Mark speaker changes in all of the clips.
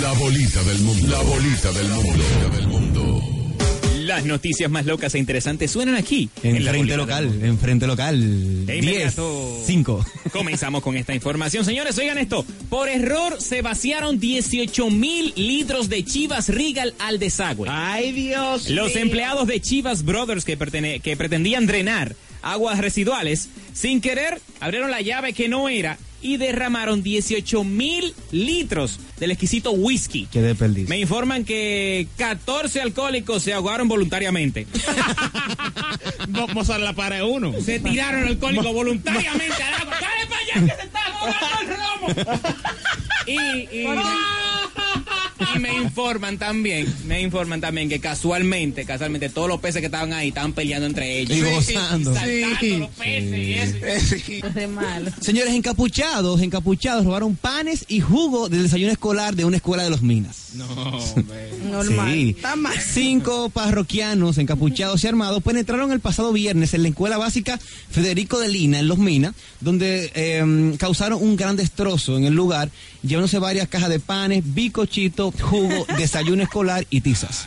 Speaker 1: La bolita del mundo. La bolita del mundo. del mundo.
Speaker 2: Las noticias más locas e interesantes suenan aquí.
Speaker 3: En
Speaker 2: la
Speaker 3: frente
Speaker 2: Bolita
Speaker 3: local,
Speaker 2: del Mundo.
Speaker 3: en frente local.
Speaker 2: De
Speaker 3: 10,
Speaker 2: inmediato.
Speaker 3: 5.
Speaker 2: Comenzamos con esta información. Señores, oigan esto. Por error se vaciaron 18 mil litros de Chivas Regal al desagüe.
Speaker 4: Ay, Dios.
Speaker 2: Los
Speaker 4: mío.
Speaker 2: empleados de Chivas Brothers que, pertene- que pretendían drenar aguas residuales, sin querer, abrieron la llave que no era y derramaron 18 mil litros del exquisito whisky.
Speaker 3: Qué desperdicio.
Speaker 2: Me informan que 14 alcohólicos se ahogaron voluntariamente.
Speaker 4: Vamos a la para de uno.
Speaker 2: Se tiraron alcohólicos voluntariamente al agua. ¡Dale para allá que se está ahogando el romo! Y, y- y me informan también, me informan también que casualmente, casualmente todos los peces que estaban ahí estaban peleando entre ellos.
Speaker 3: Y
Speaker 2: Sí,
Speaker 3: gozando.
Speaker 2: y saltando los peces y eso.
Speaker 5: de malo.
Speaker 3: Señores, encapuchados, encapuchados, robaron panes y jugo del desayuno escolar de una escuela de los minas.
Speaker 5: Normal.
Speaker 3: Sí.
Speaker 5: Está mal.
Speaker 3: Cinco parroquianos encapuchados y armados penetraron el pasado viernes en la escuela básica Federico de Lina, en Los Minas, donde eh, causaron un gran destrozo en el lugar, llevándose varias cajas de panes, bicochito, jugo, desayuno escolar y tizas.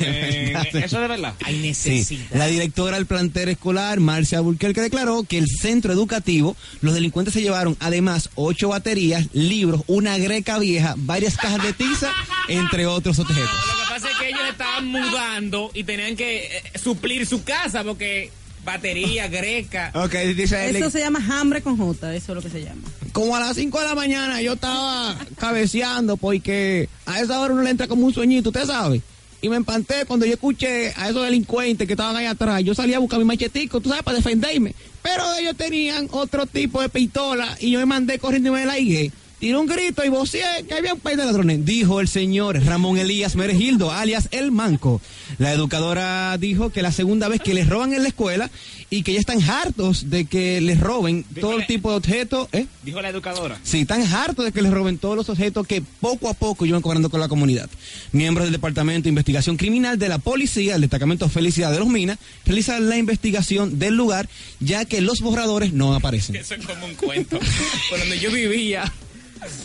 Speaker 4: eh, Eso de verdad.
Speaker 2: Hay
Speaker 3: Sí. La directora del plantel escolar, Marcia Burkelke, declaró que el centro educativo, los delincuentes se llevaron además ocho baterías, libros, una greca vieja, varias cajas de tiza, entre otros objetos.
Speaker 2: Lo que pasa es que ellos estaban mudando y tenían que eh, suplir su casa porque batería, greca.
Speaker 3: Ok, dice
Speaker 5: Eso se llama hambre con J, eso es lo que se llama.
Speaker 3: Como a las 5 de la mañana yo estaba cabeceando porque a esa hora uno le entra como un sueñito, usted sabe. Y me empanté cuando yo escuché a esos delincuentes que estaban ahí atrás. Yo salí a buscar mi machetico, tú sabes, para defenderme. Pero ellos tenían otro tipo de pistola y yo me mandé corriendo y me la higué. Tiré un grito y vocié que había un país de ladrones. Dijo el señor Ramón Elías Meregildo, alias El Manco. La educadora dijo que la segunda vez que les roban en la escuela y que ya están hartos de que les roben todo
Speaker 4: Dígale.
Speaker 3: tipo de objetos. ¿eh?
Speaker 4: Dijo la educadora.
Speaker 3: Sí, tan harto de que les roben todos los objetos que poco a poco llevan cobrando con la comunidad. Miembros del Departamento de Investigación Criminal de la Policía, el Destacamento Felicidad de los Minas, realizan la investigación del lugar, ya que los borradores no aparecen.
Speaker 2: Eso es como un cuento. Por donde yo vivía,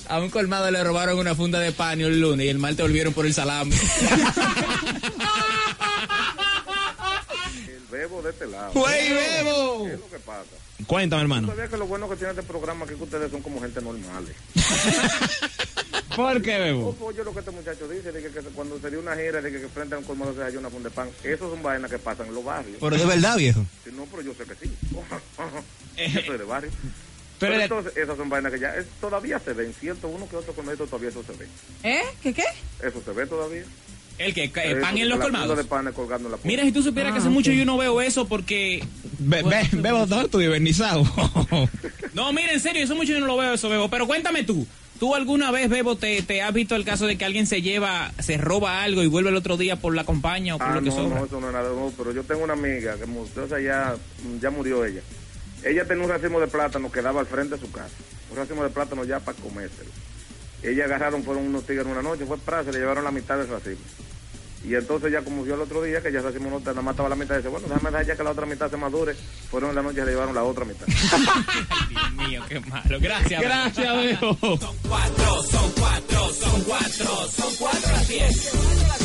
Speaker 2: a un colmado le robaron una funda de pan y un lunes y el mal te volvieron por el salame.
Speaker 6: El bebo de este lado.
Speaker 3: ¡Güey, bebo!
Speaker 6: ¿Qué es lo que pasa?
Speaker 4: Cuéntame, hermano.
Speaker 6: Todavía que lo bueno que tiene este programa es que ustedes son como gente normales.
Speaker 4: ¿Por qué,
Speaker 6: Yo
Speaker 4: Bebo?
Speaker 6: oye lo que este muchacho dice, de que, que cuando se dio una gira, de que, que frente a un colmado se halló una funda de pan. Esas son vainas que pasan en los barrios.
Speaker 3: Pero de verdad, viejo.
Speaker 6: Si no, pero yo sé que sí. yo soy de barrio.
Speaker 4: pero
Speaker 6: Pero,
Speaker 4: la-
Speaker 6: entonces, esas son vainas que ya es- todavía se ven. Cierto, uno que otro colmado todavía eso se ve.
Speaker 5: ¿Eh? ¿Qué qué?
Speaker 6: Eso se ve todavía.
Speaker 2: El que eh,
Speaker 6: Eso,
Speaker 2: pan en los
Speaker 6: la funda
Speaker 2: colmados.
Speaker 6: de panes colgando en la puerta.
Speaker 2: Mira, si tú supieras que hace mucho yo no veo eso porque.
Speaker 4: Bebo torto y vernizado.
Speaker 2: No, mira, en serio, eso mucho yo no lo veo, eso bebo. Pero cuéntame tú. ¿Tú alguna vez, Bebo, te, te has visto el caso de que alguien se lleva, se roba algo y vuelve el otro día por la compañía o por
Speaker 6: Ah,
Speaker 2: lo que
Speaker 6: no,
Speaker 2: sobra?
Speaker 6: no, eso no es nada. no, pero yo tengo una amiga que murió, o sea, ya, ya murió ella. Ella tenía un racimo de plátano que daba al frente de su casa. Un racimo de plátano ya para comérselo. Ella agarraron, fueron unos tigres una noche, fue para, se le llevaron la mitad del racimo. Y entonces ya como vio el otro día que ya el racimo no nada más estaba la mitad, dice, bueno, déjame dejar ya que la otra mitad se madure. Fueron en la noche y se le llevaron la otra mitad.
Speaker 2: Dios mío, qué malo. Gracias. Bebo.
Speaker 4: Gracias, Bebo.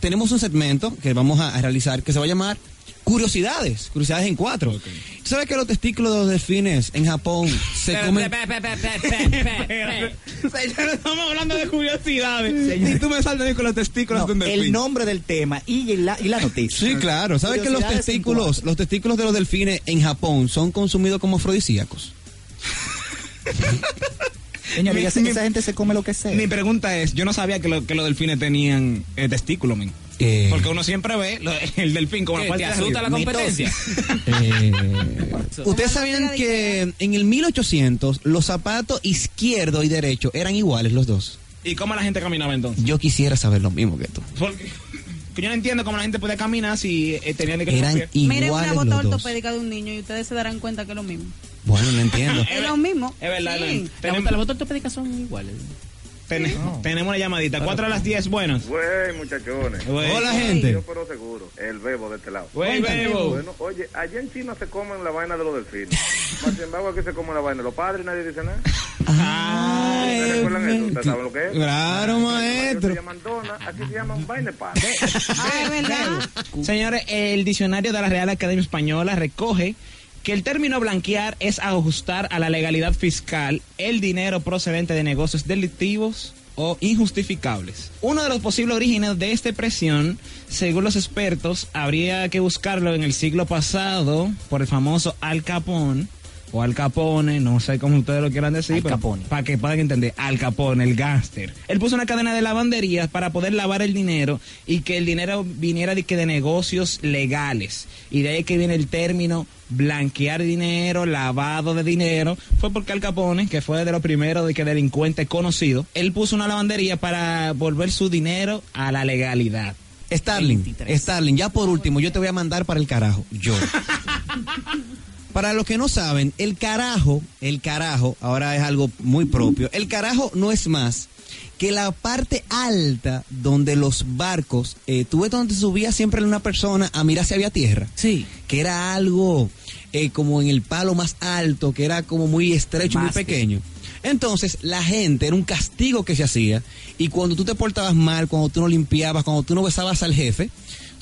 Speaker 3: Tenemos un segmento que vamos a, a realizar que se va a llamar Curiosidades, Curiosidades en Cuatro. ¿Tú ¿Sabes que los testículos de los delfines en Japón se
Speaker 2: Pero,
Speaker 3: comen...
Speaker 2: pe, pe, pe, pe, pe, pe, pe.
Speaker 4: Señores, estamos hablando de curiosidades.
Speaker 3: Y tú me saltas con los testículos
Speaker 7: No, el nombre del tema y la, y la noticia.
Speaker 3: Sí, claro. ¿Sabes que los
Speaker 7: Curiosidades en
Speaker 3: testículos, los testículos de los delfines en Japón son consumidos como afrodisíacos?
Speaker 7: Señor, ya sé que esa gente se come lo que sea.
Speaker 4: Mi pregunta es, yo no sabía que, lo- que los delfines tenían eh, testículo, men.
Speaker 3: Eh,
Speaker 4: Porque uno siempre ve lo- el delfín con la
Speaker 2: ¿Qué,
Speaker 4: parte
Speaker 2: ¿Te
Speaker 4: de
Speaker 2: asusta la
Speaker 4: arriba.
Speaker 2: competencia?
Speaker 3: eh,
Speaker 5: Como
Speaker 3: Ustedes sabían
Speaker 5: la tela
Speaker 3: que en el 1800 los zapatos izquierdo y derecho eran iguales los dos.
Speaker 4: ¿Y cómo la gente caminaba entonces?
Speaker 3: Yo quisiera saber lo mismo que tú.
Speaker 4: Porque que yo no entiendo cómo la gente podía caminar si eh, tenían que...
Speaker 3: Eran
Speaker 5: Miren una
Speaker 3: iguales
Speaker 5: bota
Speaker 3: los dos.
Speaker 5: ortopédica de un niño y ustedes se darán cuenta que es lo mismo.
Speaker 3: Bueno, no entiendo.
Speaker 5: Es lo mismo.
Speaker 4: Es verdad,
Speaker 5: Sí.
Speaker 4: no. Tenemos,
Speaker 2: son iguales.
Speaker 4: ten- tenemos una llamadita. Cuatro a las diez, buenas.
Speaker 6: Güey, muchachones.
Speaker 3: Hola,
Speaker 6: Yo
Speaker 3: gente.
Speaker 6: pero seguro, el bebo de este lado.
Speaker 4: Güey, Bebo.
Speaker 6: Bueno, oye, allá en China se comen la vaina de los delfines. Más sin embargo, aquí se comen la vaina de los padres y nadie dice nada.
Speaker 3: Ah,
Speaker 6: ¿Ustedes
Speaker 3: es
Speaker 6: recuerdan eso? ¿Ustedes saben lo que es?
Speaker 3: Claro,
Speaker 6: Aquí se
Speaker 3: maestro.
Speaker 6: llaman donas, aquí se llaman vaina de pan.
Speaker 5: Ah, es verdad.
Speaker 4: Señores, el diccionario de la Real Academia Española recoge que el término blanquear es ajustar a la legalidad fiscal el dinero procedente de negocios delictivos o injustificables. Uno de los posibles orígenes de esta expresión, según los expertos, habría que buscarlo en el siglo pasado por el famoso Al Capone o Al Capone, no sé cómo ustedes lo quieran decir,
Speaker 7: Al Capone.
Speaker 4: para que puedan entender, Al Capone, el gángster. Él puso una cadena de lavanderías para poder lavar el dinero y que el dinero viniera de, que de negocios legales. Y de ahí que viene el término blanquear dinero, lavado de dinero. Fue porque Al Capone, que fue de los primeros de que delincuente conocido, él puso una lavandería para volver su dinero a la legalidad.
Speaker 3: Starling, Starling, ya por último, yo te voy a mandar para el carajo. Yo. Para los que no saben, el carajo, el carajo, ahora es algo muy propio. El carajo no es más que la parte alta donde los barcos, eh, tú ves donde subía siempre una persona a mirar si había tierra.
Speaker 7: Sí.
Speaker 3: Que era algo eh, como en el palo más alto, que era como muy estrecho, y muy
Speaker 7: Mástil.
Speaker 3: pequeño. Entonces, la gente era un castigo que se hacía. Y cuando tú te portabas mal, cuando tú no limpiabas, cuando tú no besabas al jefe,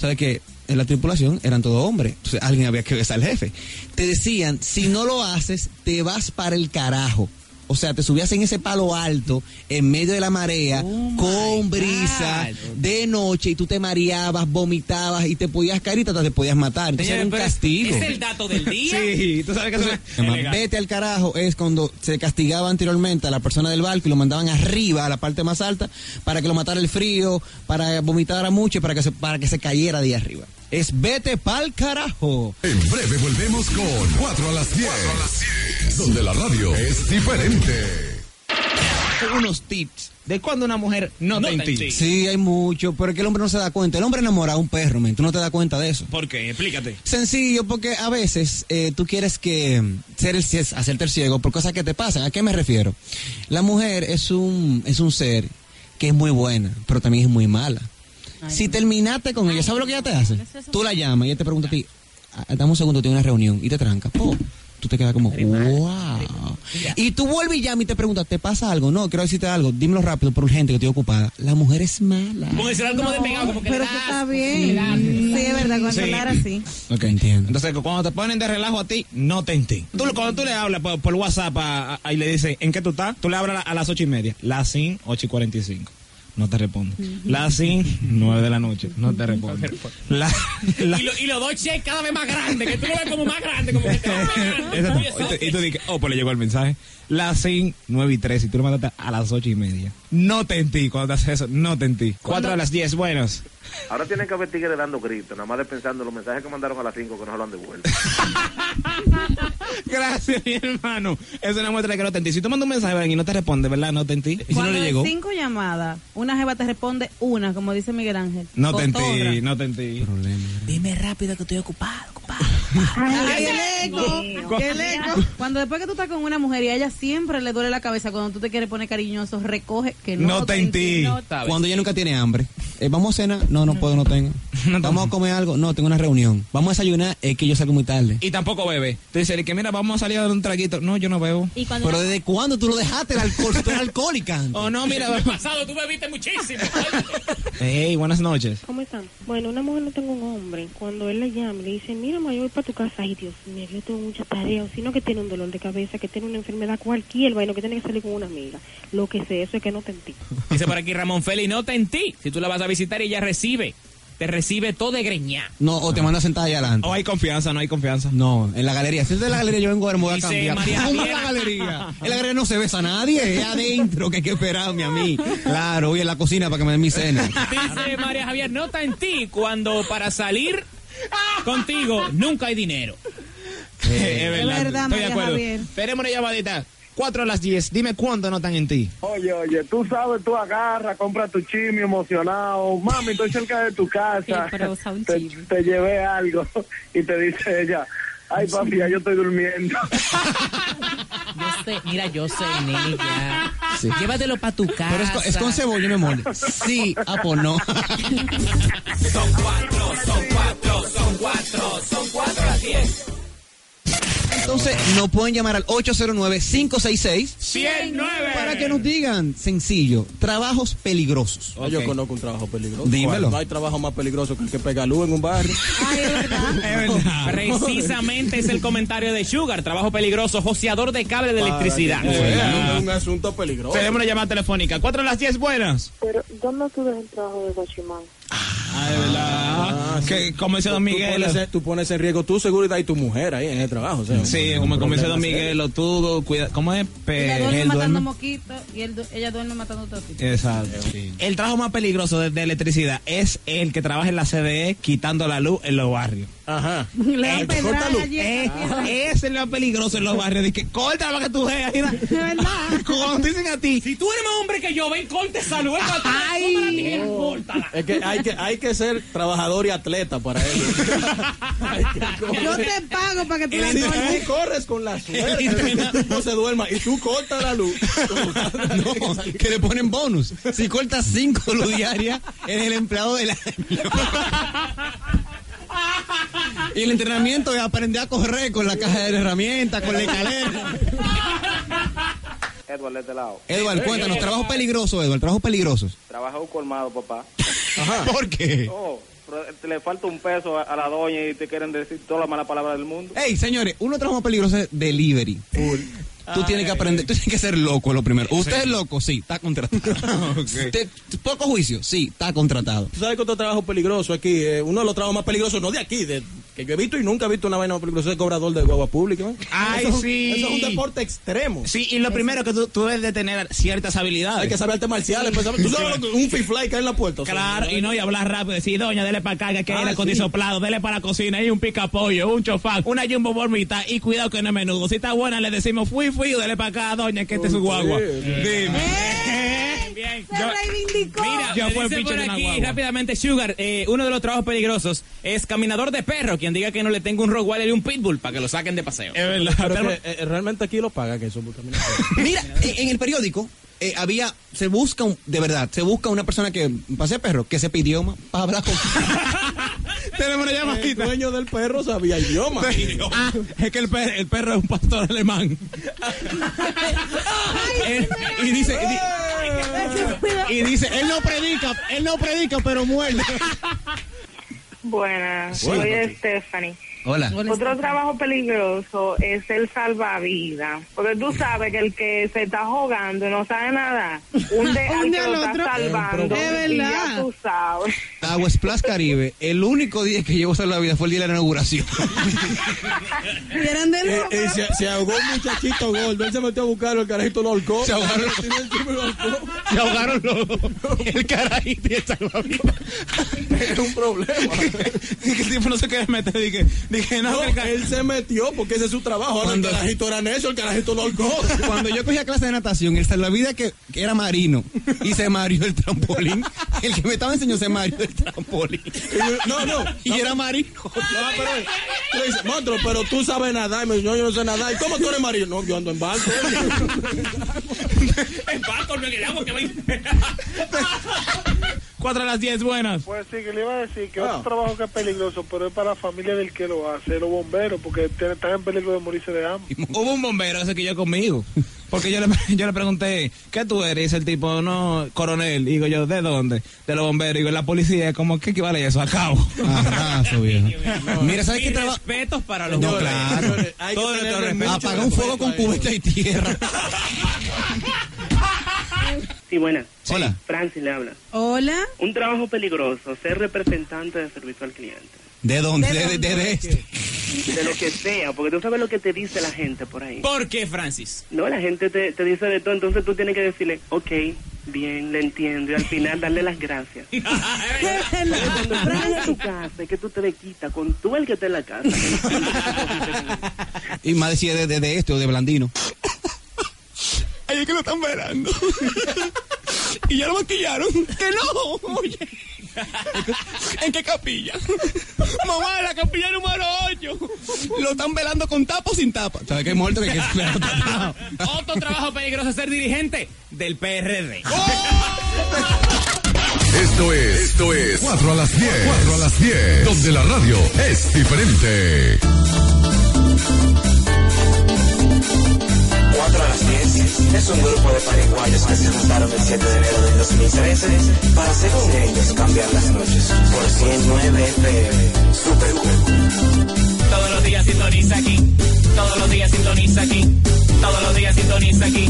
Speaker 3: sabes que en la tripulación eran todos hombres. Entonces, alguien había que besar al jefe. Te decían, si no lo haces, te vas para el carajo. O sea, te subías en ese palo alto, en medio de la marea,
Speaker 2: Oh
Speaker 3: con brisa, de noche, y tú te mareabas, vomitabas, y te podías caer y hasta te podías matar. Entonces era un
Speaker 2: Señores, pero
Speaker 3: castigo.
Speaker 2: Es el dato del día.
Speaker 4: Sí, tú sabes que
Speaker 3: Además, vete al carajo es cuando se castigaba anteriormente a la persona del barco y lo mandaban arriba a la parte más alta para que lo matara el frío, para vomitar a mucho y para que se, para que se cayera de ahí arriba. Es vete pa'l carajo.
Speaker 1: En breve volvemos con 4 a las 10. Donde la radio es diferente.
Speaker 4: unos tips de cuando una mujer no,
Speaker 2: No
Speaker 4: te
Speaker 2: te
Speaker 4: entiende.
Speaker 2: entiende.
Speaker 3: Sí, hay mucho, pero es que el hombre no se da cuenta. El hombre enamora a un perro, men, tú no te das cuenta de eso.
Speaker 2: ¿Por qué? Explícate.
Speaker 3: Sencillo, porque a veces eh, tú quieres que mm, ser el, cies- hacerte el ciego por cosas que te pasan. ¿A qué me refiero? La mujer es un, es un ser que es muy buena, pero también es muy mala. si terminaste con ella, ¿sabes lo que ella te hace? Tú la llamas y ella te pregunta a ti, "Ah, dame un segundo, tengo una reunión, y te tranca. Po. Tú te quedas como, wow. Y tú vuelves y llamas y te preguntas, ¿te pasa algo? No, quiero decirte algo, dímelo rápido, por urgente, que estoy ocupada. La mujer es mala.
Speaker 2: Como decir algo como de pegado, como que
Speaker 5: Pero
Speaker 2: le
Speaker 5: que
Speaker 2: das.
Speaker 5: está bien. Sí, es verdad, cuando hablar así.
Speaker 3: Ok, entiendo.
Speaker 4: Entonces, cuando te ponen de relajo a ti, no te entienden. Tú, cuando tú le hablas por, por WhatsApp a- a- y le dices, ¿en qué tú estás? Tú le hablas a la- a las ocho y media. Las sin, ocho y cuarenta y cinco. No te responde. Las sin, nueve de la noche. No te responde. La, la-
Speaker 2: Y, lo, y los dos cheques cada vez más grandes, que tú lo ves como más grande, como que te más
Speaker 4: Exacto.
Speaker 2: grande.
Speaker 4: Y tú- Y tú dices, oh, pues le llegó el mensaje. Las sin, nueve y tres. Y tú lo mandaste a las ocho y media. No te entí cuando te haces eso. No te entí. Cuatro a las diez, buenos.
Speaker 6: Ahora tienen que haber tigres dando gritos, nada más de pensando en los mensajes que mandaron a las 5 que no se lo han devuelto.
Speaker 4: Gracias, mi hermano. Es una muestra de que no te entí. Si tú mandas un mensaje ¿verdad? y no te responde, ¿verdad? No te entí. Y si no
Speaker 5: Cuando
Speaker 4: le
Speaker 5: de
Speaker 4: llegó.
Speaker 5: cinco llamadas, una jeva te responde una, como dice Miguel Ángel.
Speaker 4: No te
Speaker 5: Cotorra.
Speaker 4: entí, no te entí.
Speaker 7: Dime rápido que estoy ocupado, ocupado.
Speaker 5: Ay, qué leco, qué leco. Cuando después que tú estás con una mujer y a ella siempre le duele la cabeza cuando tú te quieres poner cariñoso, recoge que no,
Speaker 4: No te entí.
Speaker 5: No te-
Speaker 3: Cuando ella nunca tiene hambre. Eh, ¿Vamos a cenar? No, no puedo, no tengo. ¿Vamos a comer algo? No, tengo una reunión. ¿Vamos a desayunar? Es que yo salgo muy tarde.
Speaker 4: Y tampoco bebe. Te dice, que mira, vamos a salir a dar un traguito. No, yo no bebo.
Speaker 8: Y cuando
Speaker 3: Pero ¿desde cuándo tú lo dejaste el alcohol? Si tú eras alcohólica. antes.
Speaker 4: Oh, no, mira.
Speaker 2: El pasado tú bebiste muchísimo.
Speaker 4: hey, buenas noches.
Speaker 9: ¿Cómo están? Bueno, una mujer no tengo un hombre. Cuando él le llama, le dice, mira, ma, yo voy para tu casa. Ay, Dios mío, yo tengo mucha tarea. O sino que tiene un dolor de cabeza, que tiene una enfermedad cualquier, vaina, que tiene que salir con una amiga. Lo que sé, eso es que no te entiendo.
Speaker 2: Dice por aquí Ramón Feli, no te entí. Si tú la vas a visitar, ella recibe. Te recibe todo de greñá.
Speaker 3: No, o te manda a sentar allá adelante.
Speaker 4: Oh, hay confianza, no hay confianza.
Speaker 3: No, en la galería. Si es de la galería, yo vengo a ver, me voy a
Speaker 2: Dice
Speaker 3: cambiar.
Speaker 2: María
Speaker 3: ¿Cómo en la
Speaker 2: Javiera?
Speaker 3: galería? En la galería no se besa a nadie. Es adentro que hay que esperarme a mí. Claro, voy en la cocina para que me den mi cena.
Speaker 2: Dice María Javier, no está en ti cuando para salir contigo nunca hay dinero.
Speaker 4: Eh,
Speaker 5: Es verdad,
Speaker 4: Estoy de
Speaker 5: María
Speaker 4: acuerdo.
Speaker 5: Javier.
Speaker 4: Tenemos una llamadita. Cuatro a las diez. Dime cuándo no están en ti.
Speaker 6: Oye, oye, tú sabes, tú agarras, compras tu chimi emocionado. Mami, estoy cerca de tu casa.
Speaker 8: Sí, pero usa un
Speaker 6: te,
Speaker 8: chimi.
Speaker 6: te llevé algo y te dice ella, ay papi, ya yo estoy durmiendo.
Speaker 8: yo sé, mira, yo soy nene ya. Llévatelo para tu casa.
Speaker 3: Pero es con, es con cebolla, mi amor. Sí, ah, pues no. Son cuatro, son cuatro, son cuatro, son cuatro las diez. Entonces nos pueden llamar al 809-566-109 para que nos digan, sencillo, trabajos peligrosos.
Speaker 7: Ah, Yo conozco un trabajo peligroso.
Speaker 3: Dímelo.
Speaker 7: No hay trabajo más peligroso que el que pega luz en un barrio.
Speaker 2: Precisamente es el comentario de Sugar, trabajo peligroso, joseador de cable de electricidad.
Speaker 7: Eh, un asunto peligroso.
Speaker 4: Tenemos una llamada telefónica. 4 a las 10, buenas.
Speaker 9: Pero ¿dónde tú ves el trabajo de Guachimán?
Speaker 4: que, como dice Don
Speaker 7: Ah, Tú-
Speaker 4: Miguel.
Speaker 7: Tú pones, en- tú pones en riesgo tu seguridad y tu mujer ahí en el trabajo. o sea,
Speaker 4: Sí,
Speaker 7: un-
Speaker 4: como
Speaker 7: un
Speaker 4: comienza
Speaker 7: problema
Speaker 4: Don
Speaker 7: serio.
Speaker 4: Miguelo, tú, cuida, ¿cómo es? Pe-
Speaker 5: Ella duerme Eh,
Speaker 4: él
Speaker 5: matando
Speaker 4: duerme-
Speaker 5: mosquitos y él du- ella duerme matando totitos.
Speaker 4: Exacto. Eh, El trabajo más peligroso de, de electricidad es el que trabaja en la CDE quitando la luz en los barrios.
Speaker 7: Ajá.
Speaker 5: Le da
Speaker 4: Eh,
Speaker 5: pedrada
Speaker 4: corta luz.
Speaker 5: allí
Speaker 4: Eh,
Speaker 5: en la tierra.
Speaker 4: ese es lo más peligroso en los barrios. Dice, corta para que tú veas. mira. Cuando dicen a ti,
Speaker 2: Si tú eres más hombre que yo, ven, corte esa luz.
Speaker 4: Ay.
Speaker 2: Toma la tijera, córtala.
Speaker 7: Es que hay, que hay que ser trabajador y atleta para eso.
Speaker 5: Yo te pago para que tú
Speaker 7: Y
Speaker 5: la
Speaker 7: si
Speaker 5: cortes.
Speaker 7: tú corres con la suerte, no se duerma y tú cortas la luz.
Speaker 3: No, que le ponen bonus. Si cortas 5 luz diarias, eres el empleado del año. Y el entrenamiento es aprender a correr con la caja de herramientas, con la escalera.
Speaker 10: Edward, de este lado.
Speaker 3: Edward, cuéntanos, trabajos peligrosos, Edward, trabajos peligrosos.
Speaker 10: Trabaja un colmado, papá.
Speaker 3: ¿Por qué?
Speaker 10: Oh, pero le falta un peso a, a la doña y te quieren decir todas las malas palabras del mundo.
Speaker 3: Ey, señores, uno de los trabajos peligrosos es delivery. Tú tienes que aprender, tú tienes que ser loco lo primero. Usted es loco, sí, está contratado. Usted- poco juicio, sí, está contratado.
Speaker 7: Tú sabes que otro trabajo peligroso aquí, eh, uno de los trabajos más peligrosos, no de aquí, de, que yo he visto y nunca he visto una vaina más peligrosa, es el cobrador de guagua pública. ¿eh?
Speaker 4: Ay,
Speaker 7: Eso es un-
Speaker 4: sí.
Speaker 7: Eso es un deporte extremo.
Speaker 4: sí, y lo primero que tú, tú debes de tener ciertas habilidades.
Speaker 7: Hay que saber artes marciales. pues, ¿sabes? Tú sabes lo que- un fifly cae en la puerta. o sea,
Speaker 4: Claro, y no, y hablar rápido, decir, doña, dele para acá, que aquí hay
Speaker 7: Ah,
Speaker 4: el acondisoplado, dele para la cocina, y un picapollo, un chofán, una jumbo bormita, y cuidado que no es menudo. Si está buena, le decimos, fui, fui, o dele para acá, doña, que este es su guagua.
Speaker 5: ¡Eh!
Speaker 2: Bien.
Speaker 5: Se reivindicó.
Speaker 2: Mira,
Speaker 4: Yo
Speaker 2: me
Speaker 4: fui el
Speaker 2: dice
Speaker 4: bicho
Speaker 2: por
Speaker 4: de una
Speaker 2: aquí
Speaker 4: guagua.
Speaker 2: rápidamente, Sugar, eh, uno de los trabajos peligrosos es caminador de perro, quien diga que no le tenga un rottweiler y un pitbull para que lo saquen de paseo.
Speaker 4: Es verdad.
Speaker 7: Pero
Speaker 4: Tenemos-
Speaker 7: que, eh, realmente aquí lo paga que eso. por caminar.
Speaker 3: Mira, eh, en el periódico eh, había, se busca, un- de verdad, se busca una persona que pase perro, que sepa idioma para hablar con.
Speaker 4: Tenemos una
Speaker 7: El
Speaker 4: llamadita.
Speaker 7: dueño del perro sabía idioma.
Speaker 4: Ah, es que el perro, el perro es un pastor alemán.
Speaker 3: Él- y dice, y di-
Speaker 4: Y dice, él no predica, él no predica, pero muerde.
Speaker 9: Buenas, soy Stephanie.
Speaker 3: hola.
Speaker 9: Otro trabajo peligroso es el salvavidas, porque tú sabes que el que se está jugando y no sabe nada, un de al
Speaker 5: Hunde
Speaker 9: que
Speaker 5: al
Speaker 9: lo
Speaker 5: otro.
Speaker 9: está salvando,
Speaker 5: Es
Speaker 9: y
Speaker 5: verdad.
Speaker 9: ya tú sabes.
Speaker 3: Aguas Plus Caribe, el único día que llevó la vida fue el día de la inauguración.
Speaker 5: Y eran de
Speaker 7: Eh,
Speaker 5: nuevo,
Speaker 7: eh, se, se ahogó un muchachito gordo, él se metió a buscarlo, el carajito lo ahorcó.
Speaker 3: Se ahogaron.
Speaker 7: Sí, sí, me lo ahorcó.
Speaker 3: Se ahogaron los dos. El carajito y el salvavidas.
Speaker 7: Es un problema.
Speaker 4: Y que el tipo no se quiere meter. Dije, dije no,
Speaker 7: No,
Speaker 4: que el ca-
Speaker 7: él se metió porque ese es su trabajo. Ahora
Speaker 3: Cuando-
Speaker 7: el carajito era necio, el carajito lo ahorcó.
Speaker 3: Cuando yo cogía clase de natación, el salvavidas que, que era marino y se mareó el trampolín, el que me estaba enseñando se mareó el trampolín.
Speaker 7: Y yo, No, no.
Speaker 3: Y era marino.
Speaker 7: No, pero, tú dices, monstruo, pero tú sabes nadar. Y me dice, no, yo no sé nadar. ¿Y cómo tú eres marido? No, yo ando en barco.
Speaker 2: En barco, no en el agua, que va a-
Speaker 4: 4 a las 10, buenas.
Speaker 6: Pues sí, que le iba a decir que
Speaker 7: Ah.
Speaker 6: otro trabajo que es peligroso, pero es para la familia del que lo hace, los bomberos, porque te- están en peligro de morirse de hambre.
Speaker 4: Hubo un bombero ese que yo conmigo. Porque yo le, yo le pregunté, ¿qué tú eres? Y dice el tipo, no, coronel. Digo yo, ¿de dónde? De los bomberos. Digo, la policía, como, ¿qué equivale eso? A cabo.
Speaker 3: Arraso, viejo. Mira, ¿sabes
Speaker 2: Mis
Speaker 3: qué trabajo?
Speaker 2: respetos para los
Speaker 3: No,
Speaker 2: hombres.
Speaker 3: claro.
Speaker 7: Hay que
Speaker 4: Todo nuestro
Speaker 7: tenerle
Speaker 4: respeto.
Speaker 7: mucho
Speaker 3: Apaga un fuego con
Speaker 7: respeto a
Speaker 3: cubeta y tierra.
Speaker 6: Sí, buena.
Speaker 3: Hola.
Speaker 6: Francis le habla.
Speaker 5: Hola.
Speaker 6: Un trabajo peligroso, ser representante de servicio al cliente.
Speaker 3: ¿De dónde? De, de, de- de este.
Speaker 6: De lo que sea, porque tú sabes lo que te dice la gente por ahí.
Speaker 2: ¿Por qué, Francis?
Speaker 6: No, la gente te, te dice de todo, entonces tú tienes que decirle, ok, bien, le entiendo, y al final darle las gracias. Cuando tú llegas a tu casa, es que tú te le quitas con tú el que está en la casa.
Speaker 3: Y más decía de, de, de este o de Blandino. Ay, es que lo están velando. y ya lo maquillaron. Que no. Oye. ¿En qué capilla? Mamá, en la capilla número 8. Lo están velando con tapa o sin tapa. ¿Sabes qué muerto que hay que esperar tapado?
Speaker 2: Otro trabajo peligroso es ser dirigente del PRD.
Speaker 1: Esto es, esto es 4 a las 10. 4 a las 10. Donde la radio es diferente.
Speaker 11: Es un grupo de paraguayos que se juntaron el 7 de enero del 2013 para, según ellos, cambiar las noches. Por 109 FM, Super
Speaker 12: Todos los días sintoniza aquí. Todos los días sintoniza aquí. Todos los días sintoniza aquí.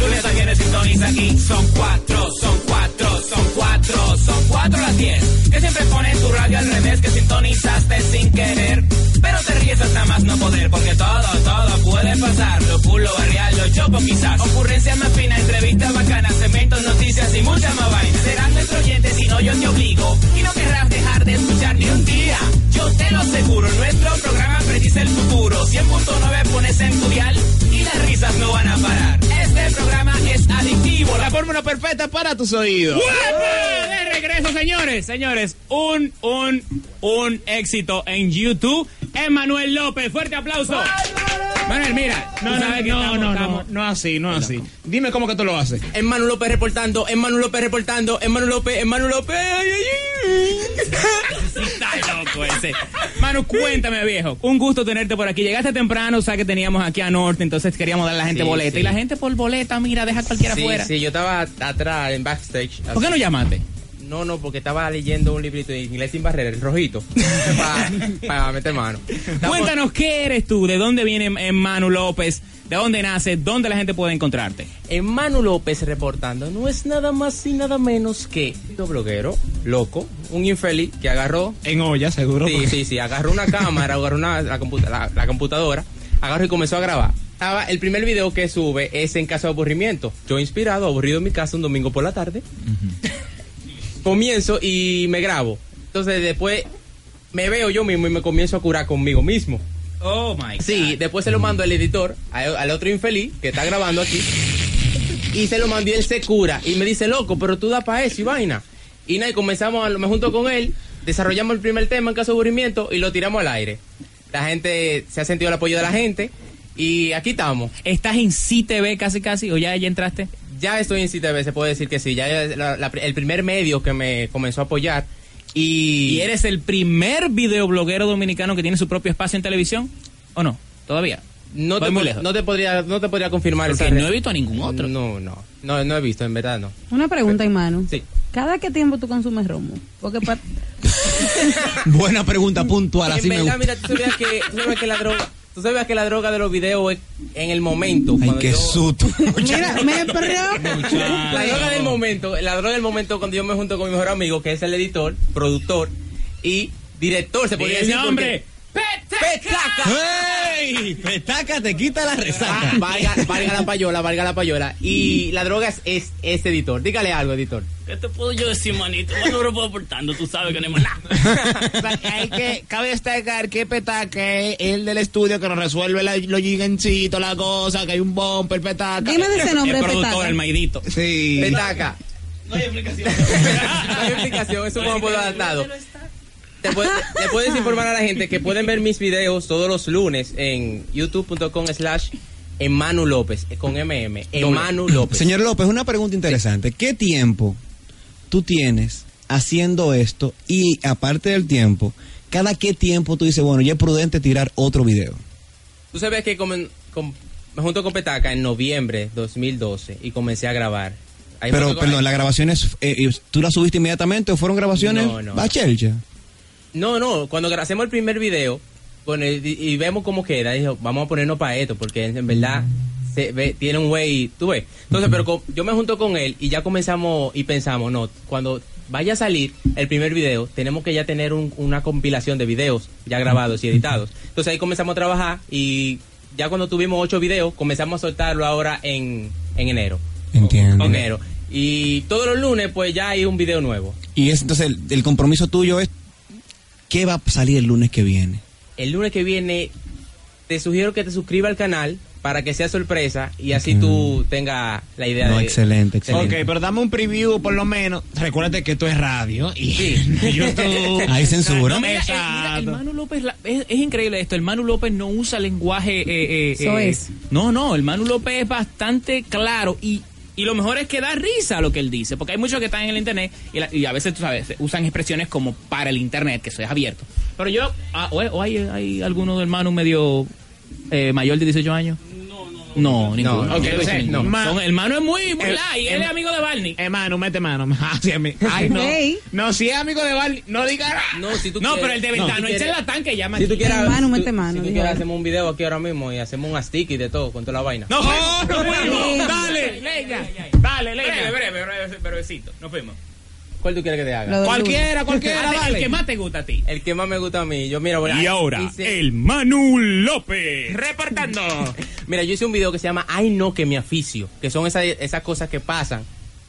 Speaker 12: Lunes a viernes sintoniza aquí. Son cuatro, son cuatro, son cuatro, son cuatro las diez. Que siempre pones tu radio al revés, que sintonizaste sin querer. Pero te ríes hasta más no poder, porque todo, todo puede pasar. Lo pulo, barrial, lo chopo quizás. Ocurrencia más fina, entrevistas bacanas, cementos, noticias y mucha más vaina. Serás nuestro oyente si no yo te obligo. Y no querrás dejar de escuchar ni un día. Yo te lo aseguro, nuestro programa predice el futuro. 100.9 pones en tu dial y las risas no van a parar. Este programa es adictivo. La fórmula perfecta para tus oídos.
Speaker 2: ¡Guapa! De regreso, señores. Señores, un, un, un éxito en YouTube. Emanuel López, fuerte aplauso. Manuel, mira.
Speaker 13: No,
Speaker 2: tú
Speaker 13: no,
Speaker 2: sabes que
Speaker 13: no,
Speaker 2: estamos-
Speaker 13: no,
Speaker 2: estamos-
Speaker 13: no, no así, no así. Dime cómo que tú lo haces.
Speaker 7: En Manu López reportando, en Manu López reportando, en Manu López, en Manu López. Ay, ay, ay.
Speaker 2: Está loco ese. Manu, cuéntame, viejo. Un gusto tenerte por aquí. Llegaste temprano, o sea que teníamos aquí a Norte, entonces queríamos dar a la gente
Speaker 4: Sí,
Speaker 2: boleta.
Speaker 4: sí.
Speaker 2: Y la gente por boleta, mira, deja cualquiera
Speaker 4: sí,
Speaker 2: fuera.
Speaker 4: Sí, yo estaba at- atrás en backstage.
Speaker 2: ¿Por qué no llamaste?
Speaker 4: No, no, porque estaba leyendo un librito de inglés sin barrera, el rojito, para meter mano.
Speaker 2: Cuéntanos qué eres tú, de dónde viene eh, Manu López, de dónde nace, dónde la gente puede encontrarte.
Speaker 4: En Manu López reportando, no es nada más y nada menos que un bloguero, loco, un infeliz que agarró
Speaker 13: En olla, seguro.
Speaker 4: Sí, sí, sí. Agarró una cámara, agarró una, la, computa- la- la computadora, agarró y comenzó a grabar. Estaba- el primer video que sube es en caso de aburrimiento. Yo inspirado, aburrido en mi casa un domingo por la tarde. Comienzo y me grabo. Entonces después me veo yo mismo y me comienzo a curar conmigo mismo.
Speaker 2: Oh my God.
Speaker 4: Sí, después se lo mando al editor, al, al otro infeliz que está grabando aquí. Y se lo mandé, él se cura. Y me dice, loco, pero tú da para eso y vaina. Y nada, y comenzamos, a- me junto con él, desarrollamos el primer tema en caso de aburrimiento y lo tiramos al aire. La gente, se ha sentido el apoyo de la gente y aquí estamos.
Speaker 2: ¿Estás en CTV casi casi o ya, ya entraste?
Speaker 4: Ya estoy en CTV, se puede decir que sí. Ya es la- la- el primer medio que me comenzó a apoyar. Y,
Speaker 2: ¿Y eres el primer videobloguero dominicano que tiene su propio espacio en televisión? ¿O no? Todavía.
Speaker 4: No
Speaker 2: Voy
Speaker 4: te,
Speaker 2: muy
Speaker 4: pod-
Speaker 2: lejos.
Speaker 4: no te podría, no te podría confirmar
Speaker 2: Porque
Speaker 4: esa
Speaker 2: no
Speaker 4: res-
Speaker 2: he visto a ningún otro.
Speaker 4: No, no, no, no he visto, en verdad no.
Speaker 5: Una pregunta, hermano.
Speaker 4: Sí.
Speaker 5: ¿Cada qué tiempo tú consumes romo? Porque pa-
Speaker 3: Buena pregunta puntual,
Speaker 4: En
Speaker 3: así me
Speaker 4: verdad,
Speaker 3: gusta.
Speaker 4: mira, tú sabías que, tú sabías que la droga, tú sabías que la droga de los videos es en el momento.
Speaker 3: Ay,
Speaker 4: cuando
Speaker 3: qué
Speaker 4: yo-
Speaker 3: susto.
Speaker 4: La droga del momento, la droga del momento cuando yo me junto con mi mejor amigo, que es el editor, productor y director, se podría
Speaker 14: Di el
Speaker 4: decir.
Speaker 14: nombre.
Speaker 4: ¡Petaca!
Speaker 3: ¡Ey! ¡Petaca te quita la resaca!
Speaker 4: Ah, Valga, valga la payola, valga la payola. Y la droga es, es, es editor. Dígale algo, editor.
Speaker 15: ¿Qué te puedo yo decir, manito? Bueno, lo reportando, tú sabes que no hay nada.
Speaker 14: Hay que, cabe destacar que Petaca es el del estudio que nos resuelve la, los gigancitos, la cosa, que hay un bumper, Petaca.
Speaker 5: Dime de ese nombre, El productor, Petaca. el
Speaker 2: maidito.
Speaker 14: Sí.
Speaker 4: Petaca. No hay explicación, es un combo adaptado. Te puede- le puedes informar a la gente que pueden ver mis videos todos los lunes en youtube.com slash Emanu López, eh, con MM, Emanu López.
Speaker 3: Señor López, una pregunta interesante. ¿Qué tiempo tú tienes haciendo esto? Y aparte del tiempo, ¿cada qué tiempo tú dices, bueno, ya es prudente tirar otro video?
Speaker 4: Tú sabes que comen- com- me junto con Petaca en noviembre 2012 y comencé a grabar. Ahí
Speaker 3: Pero,
Speaker 4: fue que-
Speaker 3: perdón, ¿las grabaciones eh, eh, tú las subiste inmediatamente o fueron grabaciones
Speaker 4: No, no.
Speaker 3: bachelcha?
Speaker 4: No, no, cuando gra- hacemos el primer video con el- y, y vemos cómo queda, dijo, vamos a ponernos para esto, porque en, en verdad se ve- tiene un güey, tú ves. Entonces, pero co- yo me junto con él y ya comenzamos y pensamos, no, cuando vaya a salir el primer video, tenemos que ya tener un- una compilación de videos ya grabados y editados. Entonces ahí comenzamos a trabajar y ya cuando tuvimos ocho videos, comenzamos a soltarlo ahora en, en enero.
Speaker 3: Entiendo.
Speaker 4: Enero. Y todos los lunes, pues ya hay un video nuevo.
Speaker 3: Y es, entonces el, el compromiso tuyo es, ¿qué va a salir el lunes que viene?
Speaker 4: el lunes que viene te sugiero que te suscribas al canal para que sea sorpresa y así tú tengas la idea
Speaker 3: No,
Speaker 4: de
Speaker 3: excelente, excelente.
Speaker 4: Ok,
Speaker 13: Eh, Ok, pero dame un preview por lo menos. Recuérdate que esto es radio y YouTube.
Speaker 3: Hay
Speaker 13: No,
Speaker 2: No,
Speaker 3: censura.
Speaker 2: mira, eh, mira, el
Speaker 13: Exacto.
Speaker 2: Manu López, la- es, es increíble esto, el Manu López no usa lenguaje... eh, eh,
Speaker 13: Eso
Speaker 2: eh,
Speaker 13: es.
Speaker 2: No, no, el Manu López es bastante claro y, y lo mejor es que da risa lo que él dice, porque hay muchos que están en el internet y, la- y a veces, tú sabes, usan expresiones como para el internet, que eso es abierto. Pero yo, ah, o, o hay, hay alguno del Manu medio eh, mayor de 18 años. No, ninguno.
Speaker 13: ok,
Speaker 2: Yo
Speaker 13: sí,
Speaker 2: sé, Eh,
Speaker 13: no.
Speaker 2: ninguno.
Speaker 13: Ma-
Speaker 2: Son- el mano es muy, muy
Speaker 13: El-
Speaker 2: light. Él
Speaker 13: el-
Speaker 2: es amigo de Barney.
Speaker 13: Hermano, mete Eh, mano. Ah, Así es mi- Ay, no.
Speaker 2: Ey.
Speaker 13: No, si es amigo de Barney, no diga.
Speaker 4: No, si tú
Speaker 2: No,
Speaker 4: quieres-
Speaker 2: pero el de Ventano,
Speaker 4: si
Speaker 2: el
Speaker 4: quieres-
Speaker 2: charlatán que llama
Speaker 4: Si tú
Speaker 2: aquí.
Speaker 4: quieres,
Speaker 2: Hermano,
Speaker 4: tú-
Speaker 2: mete mano,
Speaker 4: si tú
Speaker 2: digo.
Speaker 4: quieres, hacemos un video aquí ahora mismo y hacemos un sticky de todo, con toda la vaina.
Speaker 2: No, no, no,
Speaker 4: no.
Speaker 2: Dale, leña. Dale, leña.
Speaker 4: Breve,
Speaker 2: breve, breve, brevecito. Nos vemos.
Speaker 4: ¿Cuál tú quieres que te haga?
Speaker 2: Lo del Cualquiera, Lourdes. cualquiera,
Speaker 4: Ah,
Speaker 2: dale.
Speaker 4: más te gusta a ti. El que más me gusta a mí. Yo, mira, bueno,
Speaker 2: Y ahora, el
Speaker 4: Manu López. Reportando. mira, yo hice un video que se llama Ay no que me aficio. Que son esas, esas cosas que pasan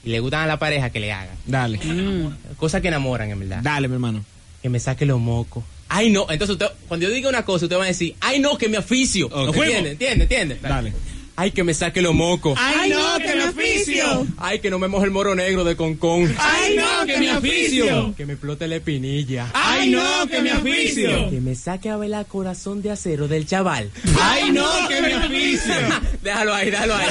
Speaker 4: y le gustan a la pareja que le hagan.
Speaker 13: Dale.
Speaker 4: Mm. Cosas que enamoran, en verdad.
Speaker 13: Dale, mi hermano.
Speaker 4: Que me saque los mocos. Ay no. Entonces, usted- cuando yo diga una cosa, usted va a decir, ay no que me aficio. ¿Entiende? ¿Entiende? ¿Entiende? Dale. Ay que me saque los mocos.
Speaker 12: Ay, no, que me aficio.
Speaker 4: Ay que no me moje el moro negro de concón.
Speaker 12: Ay, no, que me aficio.
Speaker 4: Que me explote la espinilla.
Speaker 12: Ay, no, que me aficio.
Speaker 4: Que me saque a velar corazón de acero del chaval.
Speaker 12: Ay, no, que me aficio.
Speaker 4: déjalo ahí, déjalo ahí.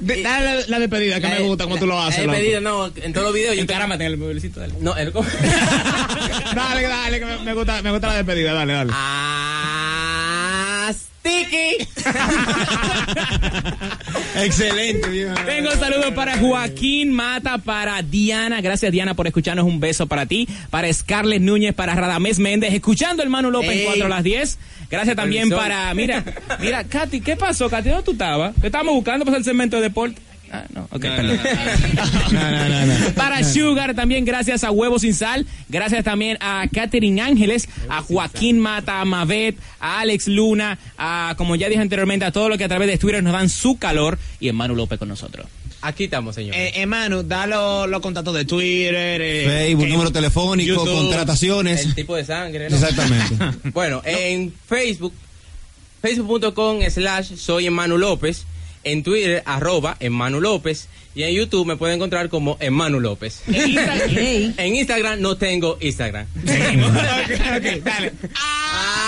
Speaker 13: De- dale la, la despedida que me gusta cuando tú lo haces.
Speaker 4: La
Speaker 13: loco.
Speaker 4: despedida, no, en todos los videos. yo-
Speaker 2: Encármate en el mobilecito. Dale.
Speaker 4: No, el...
Speaker 13: Dale, dale, que me, me gusta, me gusta la despedida. Dale, dale.
Speaker 2: Ah,
Speaker 4: Sticky.
Speaker 13: Excelente,
Speaker 2: Tengo saludos para Joaquín Mata, para Diana. Gracias, Diana, por escucharnos. Un beso para ti. Para Scarlett Núñez, para Radamés Méndez. Escuchando el Manu López en
Speaker 4: Ey.
Speaker 2: 4 a las 10. Gracias también
Speaker 4: Supervisor.
Speaker 2: para. Mira, mira, Katy, ¿qué pasó, Katy? ¿Dónde tú estabas? Te estábamos buscando para el segmento de deporte. Ah, no, ok, perdón. Para Sugar, también gracias a Huevo Sin Sal. Gracias también a Catherine Ángeles, a Joaquín Mata, a Mavet, a Alex Luna, a, como ya dije anteriormente, a todos los que a través de Twitter nos dan su calor y en Manu López con nosotros.
Speaker 4: Aquí estamos, señor.
Speaker 13: Eh, hermano, da los los contactos de Twitter, eh,
Speaker 14: Facebook,
Speaker 13: que-
Speaker 14: número telefónico,
Speaker 13: YouTube.
Speaker 14: contrataciones.
Speaker 4: El tipo de sangre, ¿no?
Speaker 14: Exactamente.
Speaker 4: Bueno, en Facebook, facebook.com slash soy Emanu López. En Twitter, arroba Emanu López. Y en YouTube me pueden encontrar como Emanu López. En Instagram, no tengo Instagram.
Speaker 13: Ok, dale. Ah,